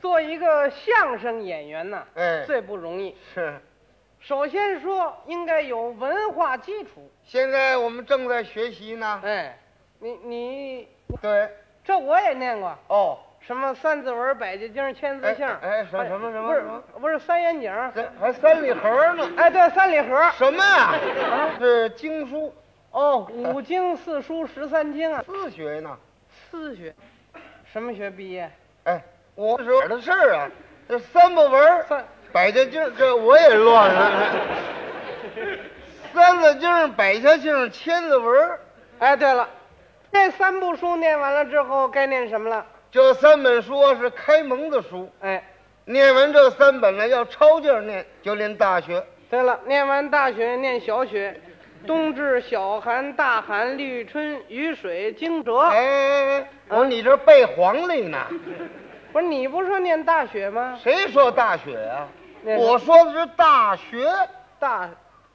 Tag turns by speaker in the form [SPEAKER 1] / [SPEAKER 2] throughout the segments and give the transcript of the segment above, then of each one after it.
[SPEAKER 1] 做一个相声演员呐，
[SPEAKER 2] 哎，
[SPEAKER 1] 最不容易。
[SPEAKER 2] 是。
[SPEAKER 1] 首先说，应该有文化基础。
[SPEAKER 2] 现在我们正在学习呢。
[SPEAKER 1] 哎，你你
[SPEAKER 2] 对，
[SPEAKER 1] 这我也念过，
[SPEAKER 2] 哦，
[SPEAKER 1] 什么三字文、百家经、千字性，
[SPEAKER 2] 哎哎什么什么什么
[SPEAKER 1] 不
[SPEAKER 2] 什么
[SPEAKER 1] 是不是三言景，
[SPEAKER 2] 这还三里河呢。
[SPEAKER 1] 哎，对，三里河，
[SPEAKER 2] 什么啊？是经书哦，
[SPEAKER 1] 五经四书十三经啊，
[SPEAKER 2] 自学呢。
[SPEAKER 1] 四学，什么学毕业？
[SPEAKER 2] 哎，我是哪儿的事儿啊？这三不文儿
[SPEAKER 1] 三
[SPEAKER 2] 百家姓儿，这我也乱了。三字经儿、百家姓儿、千字文儿，
[SPEAKER 1] 哎，对了，这三部书念完了之后，该念什么了？
[SPEAKER 2] 这三本书啊是开蒙的书。
[SPEAKER 1] 哎，
[SPEAKER 2] 念完这三本呢，要抄劲儿念，就连大学。
[SPEAKER 1] 对了，念完大学念小学，冬至、小寒、大寒、立春、雨水、惊蛰。
[SPEAKER 2] 哎哎哎，我说你这背黄历呢？
[SPEAKER 1] 不是你不是说念大学吗？
[SPEAKER 2] 谁说大雪啊？
[SPEAKER 1] 那是
[SPEAKER 2] 我说的是大学。
[SPEAKER 1] 大，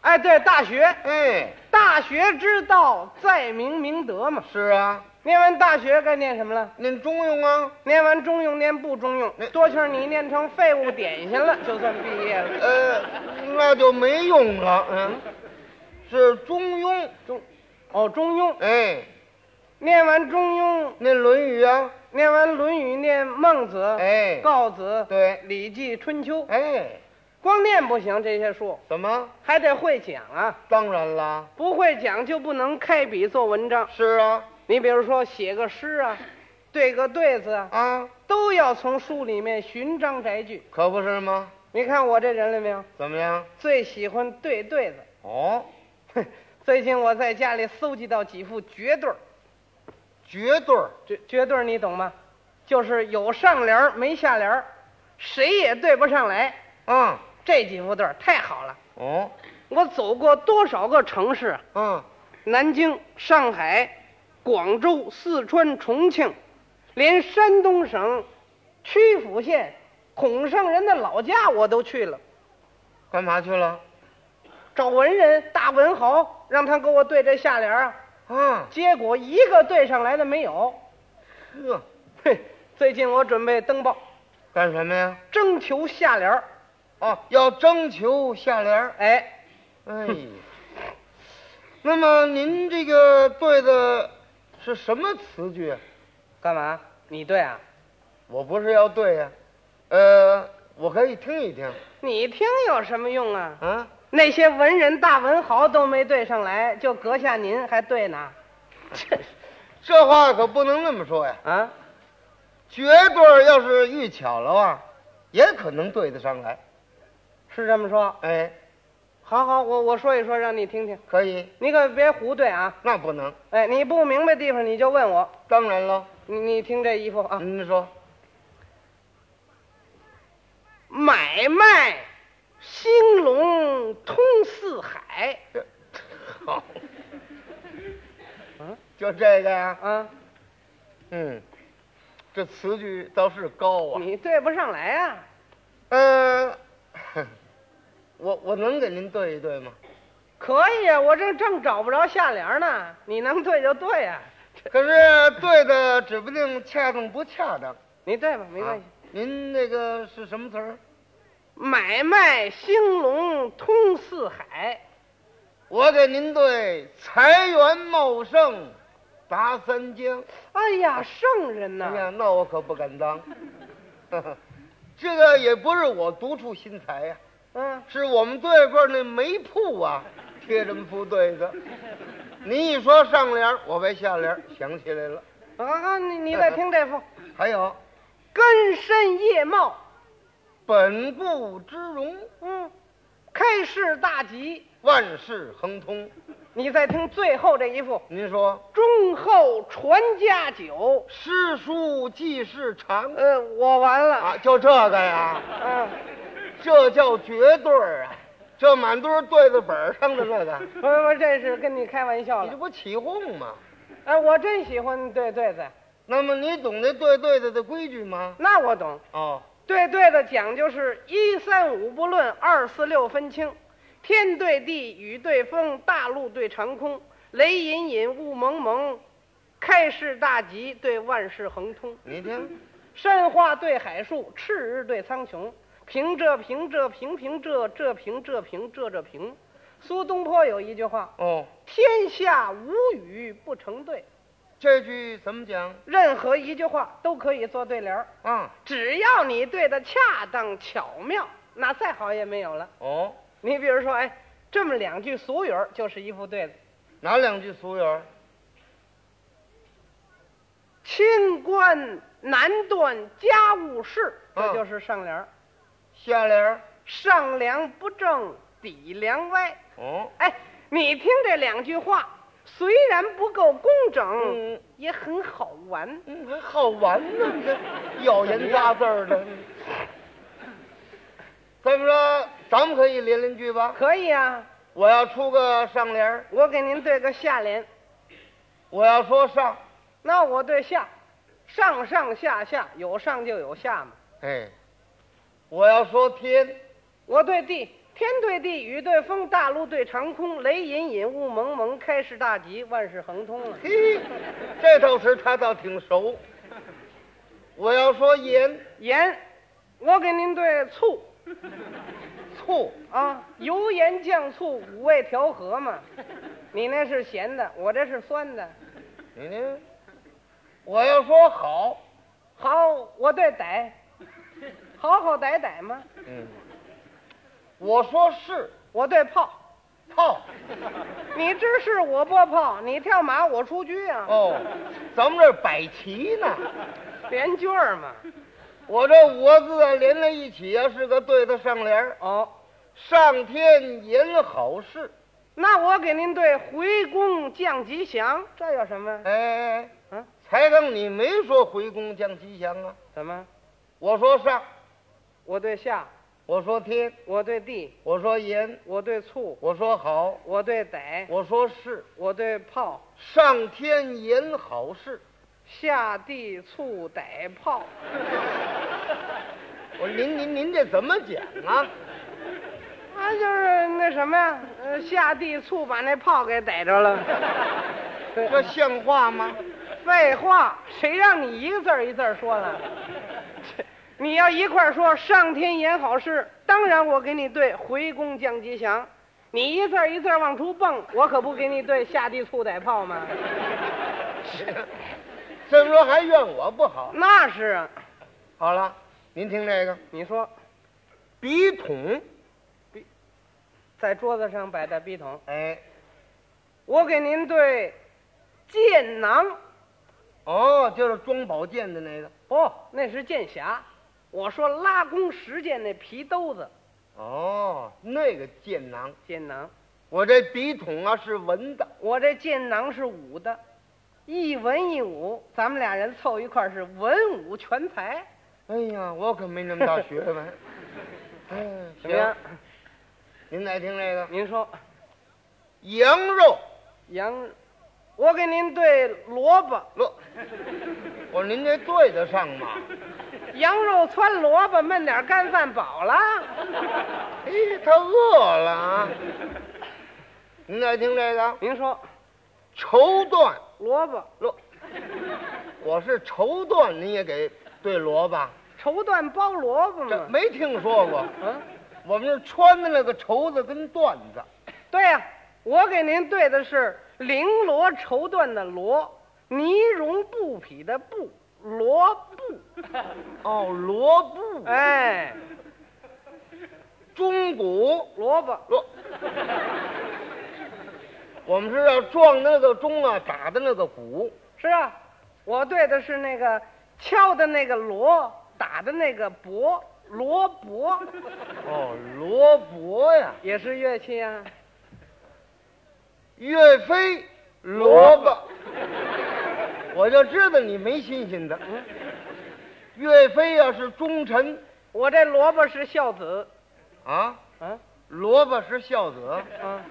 [SPEAKER 1] 哎，对，大学，
[SPEAKER 2] 哎，
[SPEAKER 1] 大学之道，在明明德嘛。
[SPEAKER 2] 是啊，
[SPEAKER 1] 念完大学该念什么了？
[SPEAKER 2] 念中庸啊。
[SPEAKER 1] 念完中庸，念不中
[SPEAKER 2] 那
[SPEAKER 1] 庸，多圈你念成废物点心了，就算毕业了。
[SPEAKER 2] 呃，那就没用了。嗯，是中庸。
[SPEAKER 1] 中，哦，中庸，
[SPEAKER 2] 哎，
[SPEAKER 1] 念完中庸，
[SPEAKER 2] 念《论语》啊。
[SPEAKER 1] 念完《论语》，念孟子，
[SPEAKER 2] 哎
[SPEAKER 1] 告子，
[SPEAKER 2] 对
[SPEAKER 1] 《礼记》《春秋》，
[SPEAKER 2] 哎，
[SPEAKER 1] 光念不行，这些书
[SPEAKER 2] 怎么？
[SPEAKER 1] 还得会讲啊，
[SPEAKER 2] 当然啦。
[SPEAKER 1] 不会讲就不能开笔做文章。
[SPEAKER 2] 是啊，
[SPEAKER 1] 你比如说写个诗啊，对个对子啊，
[SPEAKER 2] 啊，
[SPEAKER 1] 都要从书里面寻章摘句。
[SPEAKER 2] 可不是吗？
[SPEAKER 1] 你看我这人了没有？
[SPEAKER 2] 怎么样？
[SPEAKER 1] 最喜欢对对子。
[SPEAKER 2] 哦，
[SPEAKER 1] 哼最近我在家里搜集到几副绝对儿，
[SPEAKER 2] 绝对儿。
[SPEAKER 1] 绝绝对儿你懂吗？就是有上联儿没下联儿，谁也对不上来。
[SPEAKER 2] 啊，
[SPEAKER 1] 这几副对儿太好了，
[SPEAKER 2] 哦，
[SPEAKER 1] 我走过多少个城市啊？
[SPEAKER 2] 啊，
[SPEAKER 1] 南京、上海、广州、四川、重庆，连山东省曲阜县孔圣人的老家我都去了，
[SPEAKER 2] 干嘛去了？
[SPEAKER 1] 找文人大文豪，让他给我对这下联儿啊。
[SPEAKER 2] 啊，
[SPEAKER 1] 结果一个对上来的没有。
[SPEAKER 2] 呵，
[SPEAKER 1] 嘿，最近我准备登报，
[SPEAKER 2] 干什么呀？
[SPEAKER 1] 征求下联儿。
[SPEAKER 2] 哦，要征求下联儿。
[SPEAKER 1] 哎，
[SPEAKER 2] 哎， 那么您这个对的是什么词句啊？
[SPEAKER 1] 干嘛？你对啊？
[SPEAKER 2] 我不是要对呀、呃，我可以听一听
[SPEAKER 1] 你听有什么用啊？
[SPEAKER 2] 啊。
[SPEAKER 1] 那些文人大文豪都没对上来，就阁下您还对呢？
[SPEAKER 2] 这话可不能那么说呀，
[SPEAKER 1] 啊？
[SPEAKER 2] 绝对儿要是遇巧了啊，也可能对得上来。
[SPEAKER 1] 是这么说？
[SPEAKER 2] 哎，
[SPEAKER 1] 好好，我我说一说，让你听听，
[SPEAKER 2] 可以，
[SPEAKER 1] 你可别胡对啊！
[SPEAKER 2] 那不能，
[SPEAKER 1] 哎，你不明白地方你就问我，
[SPEAKER 2] 当然了。
[SPEAKER 1] 你你听这一副啊，
[SPEAKER 2] 您说，
[SPEAKER 1] 买卖兴隆通四海
[SPEAKER 2] 这好，啊就这个呀、
[SPEAKER 1] 啊，
[SPEAKER 2] 嗯，这词句倒是高啊。
[SPEAKER 1] 你对不上来啊，
[SPEAKER 2] 嗯， 我我能给您对一对吗？
[SPEAKER 1] 可以啊，我这正找不着下联呢，你能对就对啊，
[SPEAKER 2] 可是对的指不定恰当不恰当。
[SPEAKER 1] 你对吧？没关系
[SPEAKER 2] 啊，您那个是什么词儿？
[SPEAKER 1] 买卖兴隆通四海，
[SPEAKER 2] 我给您对财源茂盛，达三江。
[SPEAKER 1] 哎呀，圣人呐、
[SPEAKER 2] 哎呀，那我可不敢当。 这个也不是我独出心裁呀、
[SPEAKER 1] 嗯，
[SPEAKER 2] 是我们对过那煤铺啊，贴这么副对子。您一说上联儿，我为下联儿想起来了。
[SPEAKER 1] 好好，啊你你
[SPEAKER 2] 哎
[SPEAKER 1] 再听这副，
[SPEAKER 2] 还有
[SPEAKER 1] 根深叶茂。
[SPEAKER 2] 本固之荣，
[SPEAKER 1] 嗯，开市大吉。
[SPEAKER 2] 万事亨通。
[SPEAKER 1] 你再听最后这一副
[SPEAKER 2] 您说
[SPEAKER 1] “忠厚传家久
[SPEAKER 2] 诗书记事”，长
[SPEAKER 1] 呃，我完了。
[SPEAKER 2] 啊，就这个呀，
[SPEAKER 1] 啊，
[SPEAKER 2] 这叫绝对儿啊！这满堆儿对子本儿上的那个，
[SPEAKER 1] 不是不是，这是跟你开玩笑
[SPEAKER 2] 你这
[SPEAKER 1] 了。
[SPEAKER 2] 不起哄吗？
[SPEAKER 1] 哎、我真喜欢对对子，
[SPEAKER 2] 那么你懂得对对子的规矩吗？
[SPEAKER 1] 那我懂。
[SPEAKER 2] 哦，
[SPEAKER 1] 对对子讲究是一三五不论，二四六分清，天对地，雨对风，大陆对长空，雷隐隐，雾蒙蒙，开市大吉，对万事亨通。
[SPEAKER 2] 你听，
[SPEAKER 1] 山花对海树，赤日对苍穹。平仄平仄平平仄仄平仄平仄仄平。苏东坡有一句话
[SPEAKER 2] 哦，：“
[SPEAKER 1] 天下无语不成对。
[SPEAKER 2] 这句怎么讲”
[SPEAKER 1] 任何一句话都可以做对联儿，
[SPEAKER 2] 啊？
[SPEAKER 1] 只要你对的恰当巧妙，那再好也没有了。
[SPEAKER 2] 哦，
[SPEAKER 1] 你比如说，哎，这么两句俗语儿就是一副对子：“
[SPEAKER 2] 哪两句俗语儿？
[SPEAKER 1] 清官难断家务事”，
[SPEAKER 2] 嗯
[SPEAKER 1] 这就是上联儿。
[SPEAKER 2] 下联儿
[SPEAKER 1] 上梁不正底梁歪。
[SPEAKER 2] 哦，
[SPEAKER 1] 哎，你听这两句话，虽然不够工整，
[SPEAKER 2] 嗯
[SPEAKER 1] 也很好玩。
[SPEAKER 2] 嗯，还好玩呢，你这咬言扎字儿的。这么说，咱们可以连连句吧？
[SPEAKER 1] 可以啊，
[SPEAKER 2] 我要出个上联儿，
[SPEAKER 1] 我给您对个下联，
[SPEAKER 2] 我要说上，
[SPEAKER 1] 那我对下，上上下下有上就有下嘛。
[SPEAKER 2] 哎，我要说天，
[SPEAKER 1] 我对地，天对地，雨对风，大陆对长空，雷隐隐，雾蒙蒙，开市大吉，万事亨通啊。
[SPEAKER 2] 嘿，这道词他倒挺熟。我要说盐
[SPEAKER 1] 盐，我给您对醋
[SPEAKER 2] 醋，
[SPEAKER 1] 啊，油盐酱醋五味调和嘛。你那是咸的，我这是酸的。
[SPEAKER 2] 你呢？嗯我要说好，
[SPEAKER 1] 好，我对歹，好好歹歹嘛。
[SPEAKER 2] 嗯，我说是
[SPEAKER 1] 我对炮，
[SPEAKER 2] 炮
[SPEAKER 1] 你支是我拨炮，你跳马我出车啊，
[SPEAKER 2] 哦，咱们这儿摆旗呢，
[SPEAKER 1] 连句儿嘛。
[SPEAKER 2] 我这五个字啊连在一起啊是个对的上联儿
[SPEAKER 1] 哦，
[SPEAKER 2] 上天言好事，
[SPEAKER 1] 那我给您对回宫降吉祥，这有什么呀？
[SPEAKER 2] 哎哎哎，
[SPEAKER 1] 嗯，
[SPEAKER 2] 才刚你没说回宫降吉祥啊，
[SPEAKER 1] 怎么？
[SPEAKER 2] 我说上，
[SPEAKER 1] 我对下，
[SPEAKER 2] 我说天，
[SPEAKER 1] 我对地，
[SPEAKER 2] 我说盐，
[SPEAKER 1] 我对醋，
[SPEAKER 2] 我说好，
[SPEAKER 1] 我对歹，
[SPEAKER 2] 我说是，
[SPEAKER 1] 我对炮，
[SPEAKER 2] 上天言好事。
[SPEAKER 1] 下地醋歹炮。
[SPEAKER 2] 我说您您您这怎么讲啊？
[SPEAKER 1] 啊，就是那什么呀，呃，下地醋把那炮给逮着了。对
[SPEAKER 2] 这像话吗？
[SPEAKER 1] 废话，谁让你一个字儿一字儿说了？你要一块儿说，上天言好事，当然我给你对回宫降吉祥。你一字儿一字儿往出蹦，我可不给你对下地醋逮炮吗？
[SPEAKER 2] 这么说还怨我不好。
[SPEAKER 1] 那是啊，
[SPEAKER 2] 好了，您听这个
[SPEAKER 1] 你说
[SPEAKER 2] 笔筒，
[SPEAKER 1] 在桌子上摆的笔筒，
[SPEAKER 2] 哎，
[SPEAKER 1] 我给您对剑囊，
[SPEAKER 2] 哦，就是装宝剑的那个，哦
[SPEAKER 1] 不，那是剑匣。我说拉弓实箭那皮兜子，
[SPEAKER 2] 哦，那个剑囊。
[SPEAKER 1] 剑囊。
[SPEAKER 2] 我这笔筒啊是文的，
[SPEAKER 1] 我这剑囊是武的，一文一武，咱们俩人凑一块儿是文武全才，
[SPEAKER 2] 哎呀，我可没那么大学问。 嗯，
[SPEAKER 1] 怎么样
[SPEAKER 2] 行，？您再听这个
[SPEAKER 1] 您说
[SPEAKER 2] 羊肉
[SPEAKER 1] 羊，我给您对萝卜，
[SPEAKER 2] 乐，我说您这对得上 吗？
[SPEAKER 1] 羊肉汆萝卜，焖点干饭饱了。
[SPEAKER 2] 哎，他饿了啊！您再听这个
[SPEAKER 1] 您说
[SPEAKER 2] 绸缎，
[SPEAKER 1] 萝卜
[SPEAKER 2] 萝，我是绸缎，您也给对萝卜，
[SPEAKER 1] 绸缎包萝卜
[SPEAKER 2] 这
[SPEAKER 1] 吗？
[SPEAKER 2] 没听说过。
[SPEAKER 1] 嗯，
[SPEAKER 2] 我们这穿的那个绸子跟缎子，
[SPEAKER 1] 对呀、我给您对的是绫罗绸缎的罗，呢绒布匹的布，罗布。
[SPEAKER 2] 哦，罗布，，
[SPEAKER 1] 哎，
[SPEAKER 2] 中鼓，
[SPEAKER 1] 萝卜
[SPEAKER 2] 罗， 我们是要撞的那个钟啊，打的那个鼓，
[SPEAKER 1] 是啊，我对的是那个敲的那个锣，打的那个钹，锣钹
[SPEAKER 2] 哦，罗卜呀，
[SPEAKER 1] 也是乐器啊。
[SPEAKER 2] 岳飞，萝卜，我就知道你没新鲜的。嗯岳飞呀、是忠臣
[SPEAKER 1] 我这萝卜是孝子，
[SPEAKER 2] 啊，
[SPEAKER 1] 啊
[SPEAKER 2] 萝卜是孝子，
[SPEAKER 1] 啊，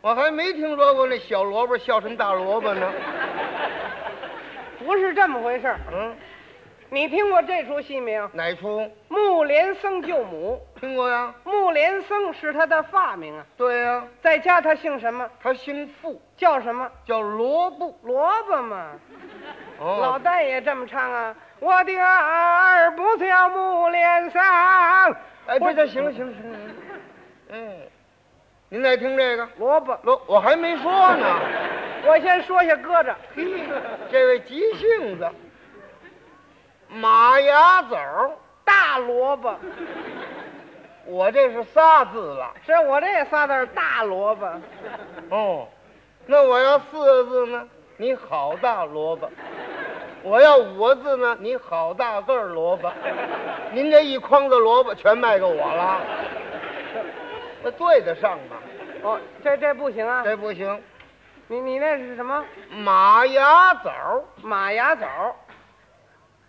[SPEAKER 2] 我还没听说过那小萝卜孝顺大萝卜呢。
[SPEAKER 1] 不是这么回事儿。
[SPEAKER 2] 嗯，
[SPEAKER 1] 你听过这出戏没有？
[SPEAKER 2] 哪出？
[SPEAKER 1] 木莲僧救母，
[SPEAKER 2] 听过呀？
[SPEAKER 1] 木莲僧是他的发明啊，
[SPEAKER 2] 对呀、
[SPEAKER 1] 在家他姓什么？
[SPEAKER 2] 他姓傅，
[SPEAKER 1] 叫什么？
[SPEAKER 2] 叫罗布。
[SPEAKER 1] 萝卜嘛。
[SPEAKER 2] 哦
[SPEAKER 1] 老旦也这么唱啊。我的儿不孝母连伤，
[SPEAKER 2] 哎，
[SPEAKER 1] 我
[SPEAKER 2] 这这行了，行了，行了，行了哎，您再听这个
[SPEAKER 1] 萝卜。
[SPEAKER 2] 萝，我还没说呢。
[SPEAKER 1] 我先说下搁着，
[SPEAKER 2] 嘿， 这位急性子，马牙枣儿，
[SPEAKER 1] 大萝卜，
[SPEAKER 2] 我这是仨字了。
[SPEAKER 1] 是我这仨字儿大萝卜，
[SPEAKER 2] 哦，那我要四个字呢？你好大萝卜。我要五个字呢？你好大个儿萝卜。您这一筐子萝卜全卖给我了，那对得上吗？
[SPEAKER 1] 哦，这这不行啊，
[SPEAKER 2] 这不行，
[SPEAKER 1] 你你那是什么
[SPEAKER 2] 马牙枣儿，
[SPEAKER 1] 马牙枣儿？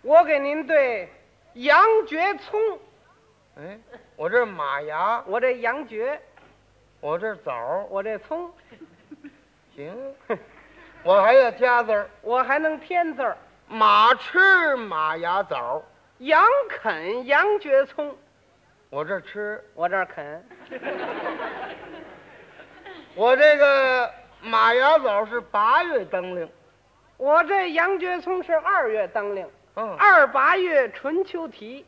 [SPEAKER 1] 我给您对羊蕨葱，
[SPEAKER 2] 哎，我这马牙，
[SPEAKER 1] 我这羊蕨，
[SPEAKER 2] 我这枣儿，
[SPEAKER 1] 我这葱，
[SPEAKER 2] 行，我还要加字儿，
[SPEAKER 1] 我还能添字儿，
[SPEAKER 2] 马吃马牙枣儿，
[SPEAKER 1] 羊啃羊蕨葱，
[SPEAKER 2] 我这吃，
[SPEAKER 1] 我这儿啃，
[SPEAKER 2] 我这个马牙枣儿是八月当令，
[SPEAKER 1] 我这羊蕨葱是二月当令，
[SPEAKER 2] 嗯，
[SPEAKER 1] 二八月春秋啼，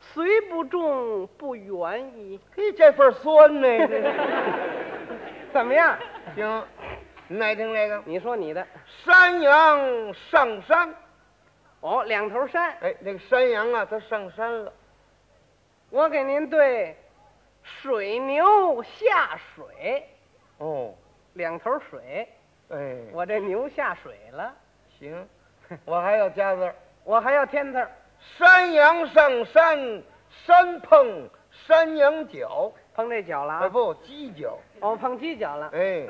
[SPEAKER 1] 虽不种不远矣。
[SPEAKER 2] 嘿，这份儿酸呢，这是
[SPEAKER 1] 怎么样？
[SPEAKER 2] 行，您爱听这个，
[SPEAKER 1] 你说你的
[SPEAKER 2] 山羊上山，
[SPEAKER 1] 哦，两头山，
[SPEAKER 2] 哎，那个山羊啊，它上山了，
[SPEAKER 1] 我给您对水牛下水，
[SPEAKER 2] 哦，
[SPEAKER 1] 两头水，
[SPEAKER 2] 哎，
[SPEAKER 1] 我这牛下水了，
[SPEAKER 2] 行，我还要加字儿。
[SPEAKER 1] 我还要添字儿。
[SPEAKER 2] 山羊上山，山碰山羊角，
[SPEAKER 1] 碰这脚了
[SPEAKER 2] 哎
[SPEAKER 1] 啊！
[SPEAKER 2] 不，犄角，
[SPEAKER 1] 哦，碰犄角了。
[SPEAKER 2] 哎，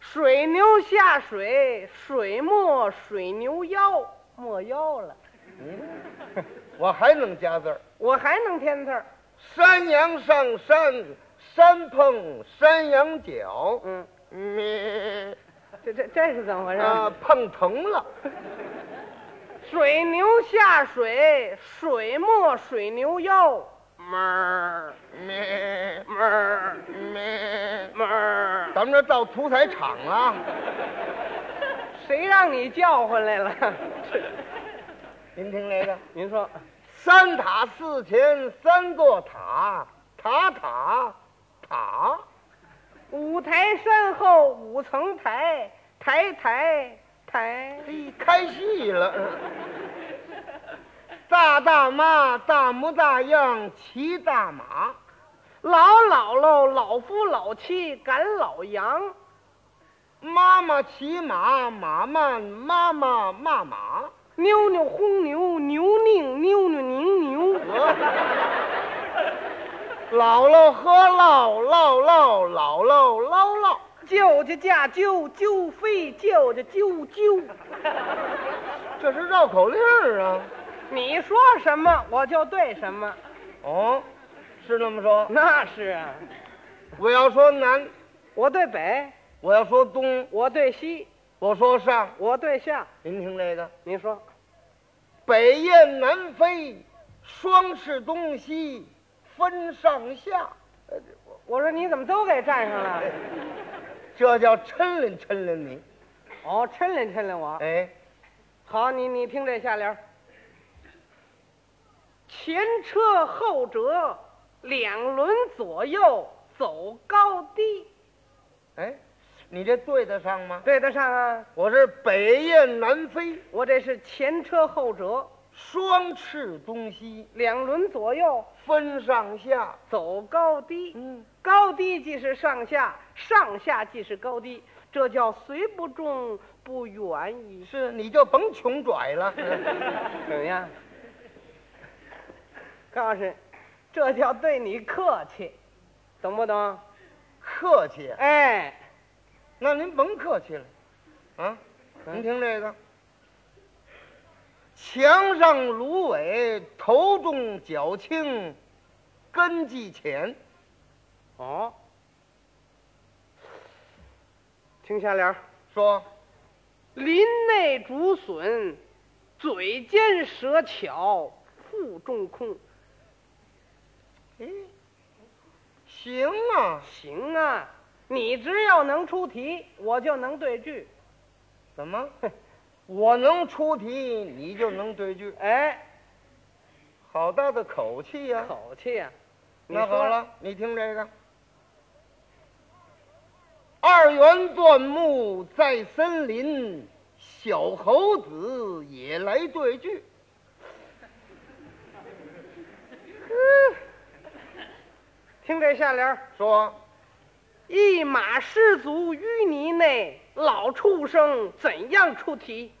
[SPEAKER 1] 水牛下水，水没水牛腰，没腰了。
[SPEAKER 2] 嗯，我还能加字儿。
[SPEAKER 1] 我还能添字儿。
[SPEAKER 2] 山羊上山，山碰山羊角，
[SPEAKER 1] 嗯，
[SPEAKER 2] 咩
[SPEAKER 1] 这这这是怎么回事？
[SPEAKER 2] 啊，碰疼了，
[SPEAKER 1] 水牛下水，水没水牛腰，哞儿
[SPEAKER 2] 咩
[SPEAKER 1] 哞儿
[SPEAKER 2] 咩。
[SPEAKER 1] 哞儿。
[SPEAKER 2] 咱们这到屠宰场了，
[SPEAKER 1] 谁让你叫唤来了？
[SPEAKER 2] 您听这个，
[SPEAKER 1] 您说，
[SPEAKER 2] 三塔寺前三座塔，塔塔塔，
[SPEAKER 1] 五台山后五层台，台台台，
[SPEAKER 2] 嘿，哎开戏了。 大大妈，大模大样骑大马，
[SPEAKER 1] 老姥姥、老夫老妻赶老羊，
[SPEAKER 2] 妈妈骑马，马慢，妈妈骂马。
[SPEAKER 1] 妞妞轰牛，牛拧妞妞拧牛，
[SPEAKER 2] 姥姥喝酪，姥姥姥姥姥姥，
[SPEAKER 1] 舅舅架揪，揪飞舅舅揪揪。
[SPEAKER 2] 这是绕口令儿啊！
[SPEAKER 1] 你说什么我就对什么，
[SPEAKER 2] 哦，是那么说。
[SPEAKER 1] 那是啊，
[SPEAKER 2] 我要说南，
[SPEAKER 1] 我对北，
[SPEAKER 2] 我要说东，
[SPEAKER 1] 我对西，
[SPEAKER 2] 我说上。
[SPEAKER 1] 我对下。
[SPEAKER 2] 您听这个，
[SPEAKER 1] 您说，
[SPEAKER 2] 北雁南飞，双翅东西分上下。
[SPEAKER 1] 我说你怎么都给占上了？
[SPEAKER 2] 这叫抻抻抻抻你。
[SPEAKER 1] 哦，抻抻抻抻我。
[SPEAKER 2] 哎，
[SPEAKER 1] 好，你你听这下联儿：前车后辙，两轮左右走高低，
[SPEAKER 2] 哎，你这对得上吗？
[SPEAKER 1] 对得上啊。
[SPEAKER 2] 我是北雁南飞，
[SPEAKER 1] 我这是前车后辙，
[SPEAKER 2] 双翅东西
[SPEAKER 1] 两轮左右
[SPEAKER 2] 分上下。
[SPEAKER 1] 走高低，
[SPEAKER 2] 嗯，
[SPEAKER 1] 高低即是上下，上下即是高低，这叫虽不中不远矣。
[SPEAKER 2] 是，你就甭穷拽了。
[SPEAKER 1] 怎么样？ 告诉你，这叫对你客气，懂不懂？
[SPEAKER 2] 客气，
[SPEAKER 1] 哎，
[SPEAKER 2] 那您甭客气了。啊，
[SPEAKER 1] 嗯
[SPEAKER 2] 您听这个。墙上芦苇，头重脚轻，根基浅。
[SPEAKER 1] 哦，听下联儿：
[SPEAKER 2] 说，
[SPEAKER 1] 林内竹笋，嘴尖舌巧，腹中空。
[SPEAKER 2] 行啊，
[SPEAKER 1] 行啊，你只要能出题，我就能对句。
[SPEAKER 2] 怎么？我能出题，你就能对句，
[SPEAKER 1] 哎，
[SPEAKER 2] 好大的口气呀、
[SPEAKER 1] 口气呀、你
[SPEAKER 2] 那
[SPEAKER 1] 说
[SPEAKER 2] 好了，你听这个。二元断木在森林，小猴子也来对句。
[SPEAKER 1] 听这下联儿
[SPEAKER 2] 说，
[SPEAKER 1] 一马失足淤泥内，老畜生怎样出题？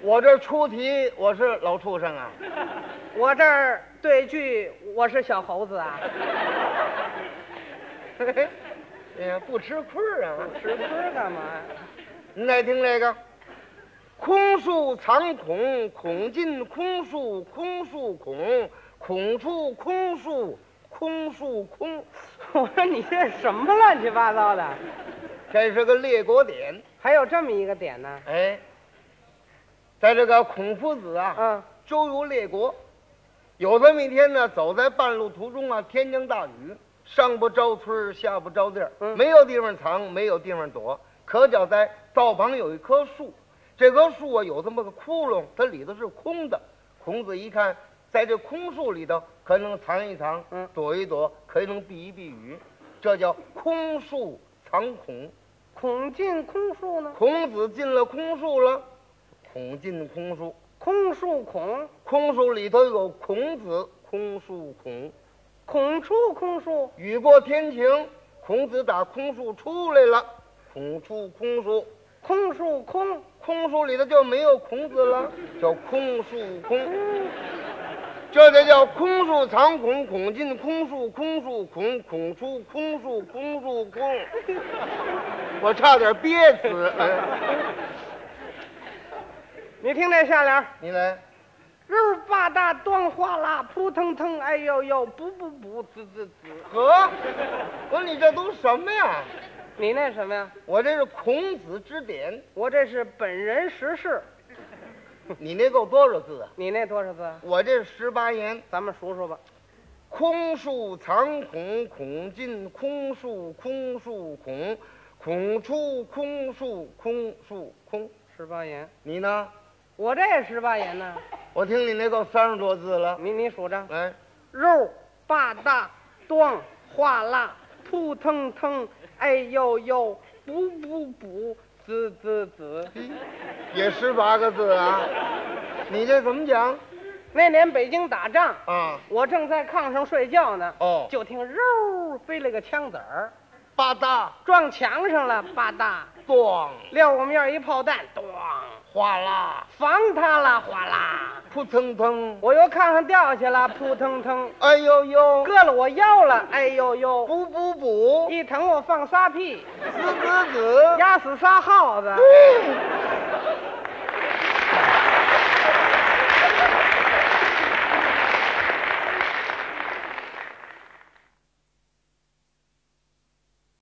[SPEAKER 2] 我这出题我是老畜生啊，
[SPEAKER 1] 我这儿对句，我是小猴子啊，
[SPEAKER 2] 哎呀，不吃亏儿啊。
[SPEAKER 1] 吃亏干嘛呀？
[SPEAKER 2] 您再听这个，空树藏孔，孔进空树，空树孔，孔出空树，空树空，
[SPEAKER 1] 我说你这什么乱七八糟的？
[SPEAKER 2] 这是个列国典。
[SPEAKER 1] 还有这么一个点呢？
[SPEAKER 2] 哎，在这个孔夫子啊
[SPEAKER 1] 嗯，
[SPEAKER 2] 周游列国，有这么一天呢，走在半路途中啊，天降大雨，上不着村儿下不着店儿
[SPEAKER 1] 嗯
[SPEAKER 2] 没有地方藏，没有地方躲。可巧在道旁有一棵树，这棵树啊有这么个窟窿，它里头是空的。孔子一看，在这空树里头可能藏一藏，
[SPEAKER 1] 嗯
[SPEAKER 2] 躲一躲，可能避一避雨，这叫空树藏孔。
[SPEAKER 1] 孔进空树呢？
[SPEAKER 2] 孔子进了空树了，孔进空树，
[SPEAKER 1] 空树孔，
[SPEAKER 2] 空树里头有孔子，空树孔。
[SPEAKER 1] 孔出空树，
[SPEAKER 2] 雨过天晴，孔子打空树出来了，孔出空树，
[SPEAKER 1] 空树空。
[SPEAKER 2] 空树里头就没有孔子了，叫空树空。这就叫空树藏孔，孔进空树，空树孔，孔出空树，空树空。我差点憋死。哎
[SPEAKER 1] 你听这下联儿，
[SPEAKER 2] 你来，
[SPEAKER 1] 日吧嗒端哗啦，扑腾腾，哎呦呦，补补补，滋滋滋。
[SPEAKER 2] 呵，我说你这都什么呀？
[SPEAKER 1] 你那什么呀？
[SPEAKER 2] 我这是孔子之典，
[SPEAKER 1] 我这是本人实事，
[SPEAKER 2] 你那够多少字啊？
[SPEAKER 1] 你那多少字啊？
[SPEAKER 2] 我这十八言，
[SPEAKER 1] 咱们数数吧。
[SPEAKER 2] 空树藏孔，孔进空树，空树孔，孔出空树，空树空。
[SPEAKER 1] 十八言，
[SPEAKER 2] 你呢？
[SPEAKER 1] 我这也十八言呢。
[SPEAKER 2] 我听你那够三十多字了。哎
[SPEAKER 1] 你你数着，
[SPEAKER 2] 来，
[SPEAKER 1] 肉吧嗒端哗啦，扑腾腾，哎呦呦，补补补，滋滋滋。
[SPEAKER 2] 也十八个字啊。你这怎么讲
[SPEAKER 1] 那年北京打仗，
[SPEAKER 2] 啊？
[SPEAKER 1] 我正在炕上睡觉呢，
[SPEAKER 2] 哦，
[SPEAKER 1] 就听肉飞了个枪子儿，
[SPEAKER 2] 吧嗒
[SPEAKER 1] 撞墙上了，吧嗒。
[SPEAKER 2] 咣
[SPEAKER 1] 撂我面一炮弹，咚，
[SPEAKER 2] 哗啦，
[SPEAKER 1] 防他了，哗啦！
[SPEAKER 2] 扑腾腾，
[SPEAKER 1] 我由炕上掉下去了，扑腾腾，
[SPEAKER 2] 哎呦呦，
[SPEAKER 1] 硌了我腰了，哎呦呦！
[SPEAKER 2] 补补补，
[SPEAKER 1] 一疼我放仨屁，
[SPEAKER 2] 滋滋滋。
[SPEAKER 1] 压死仨耗子。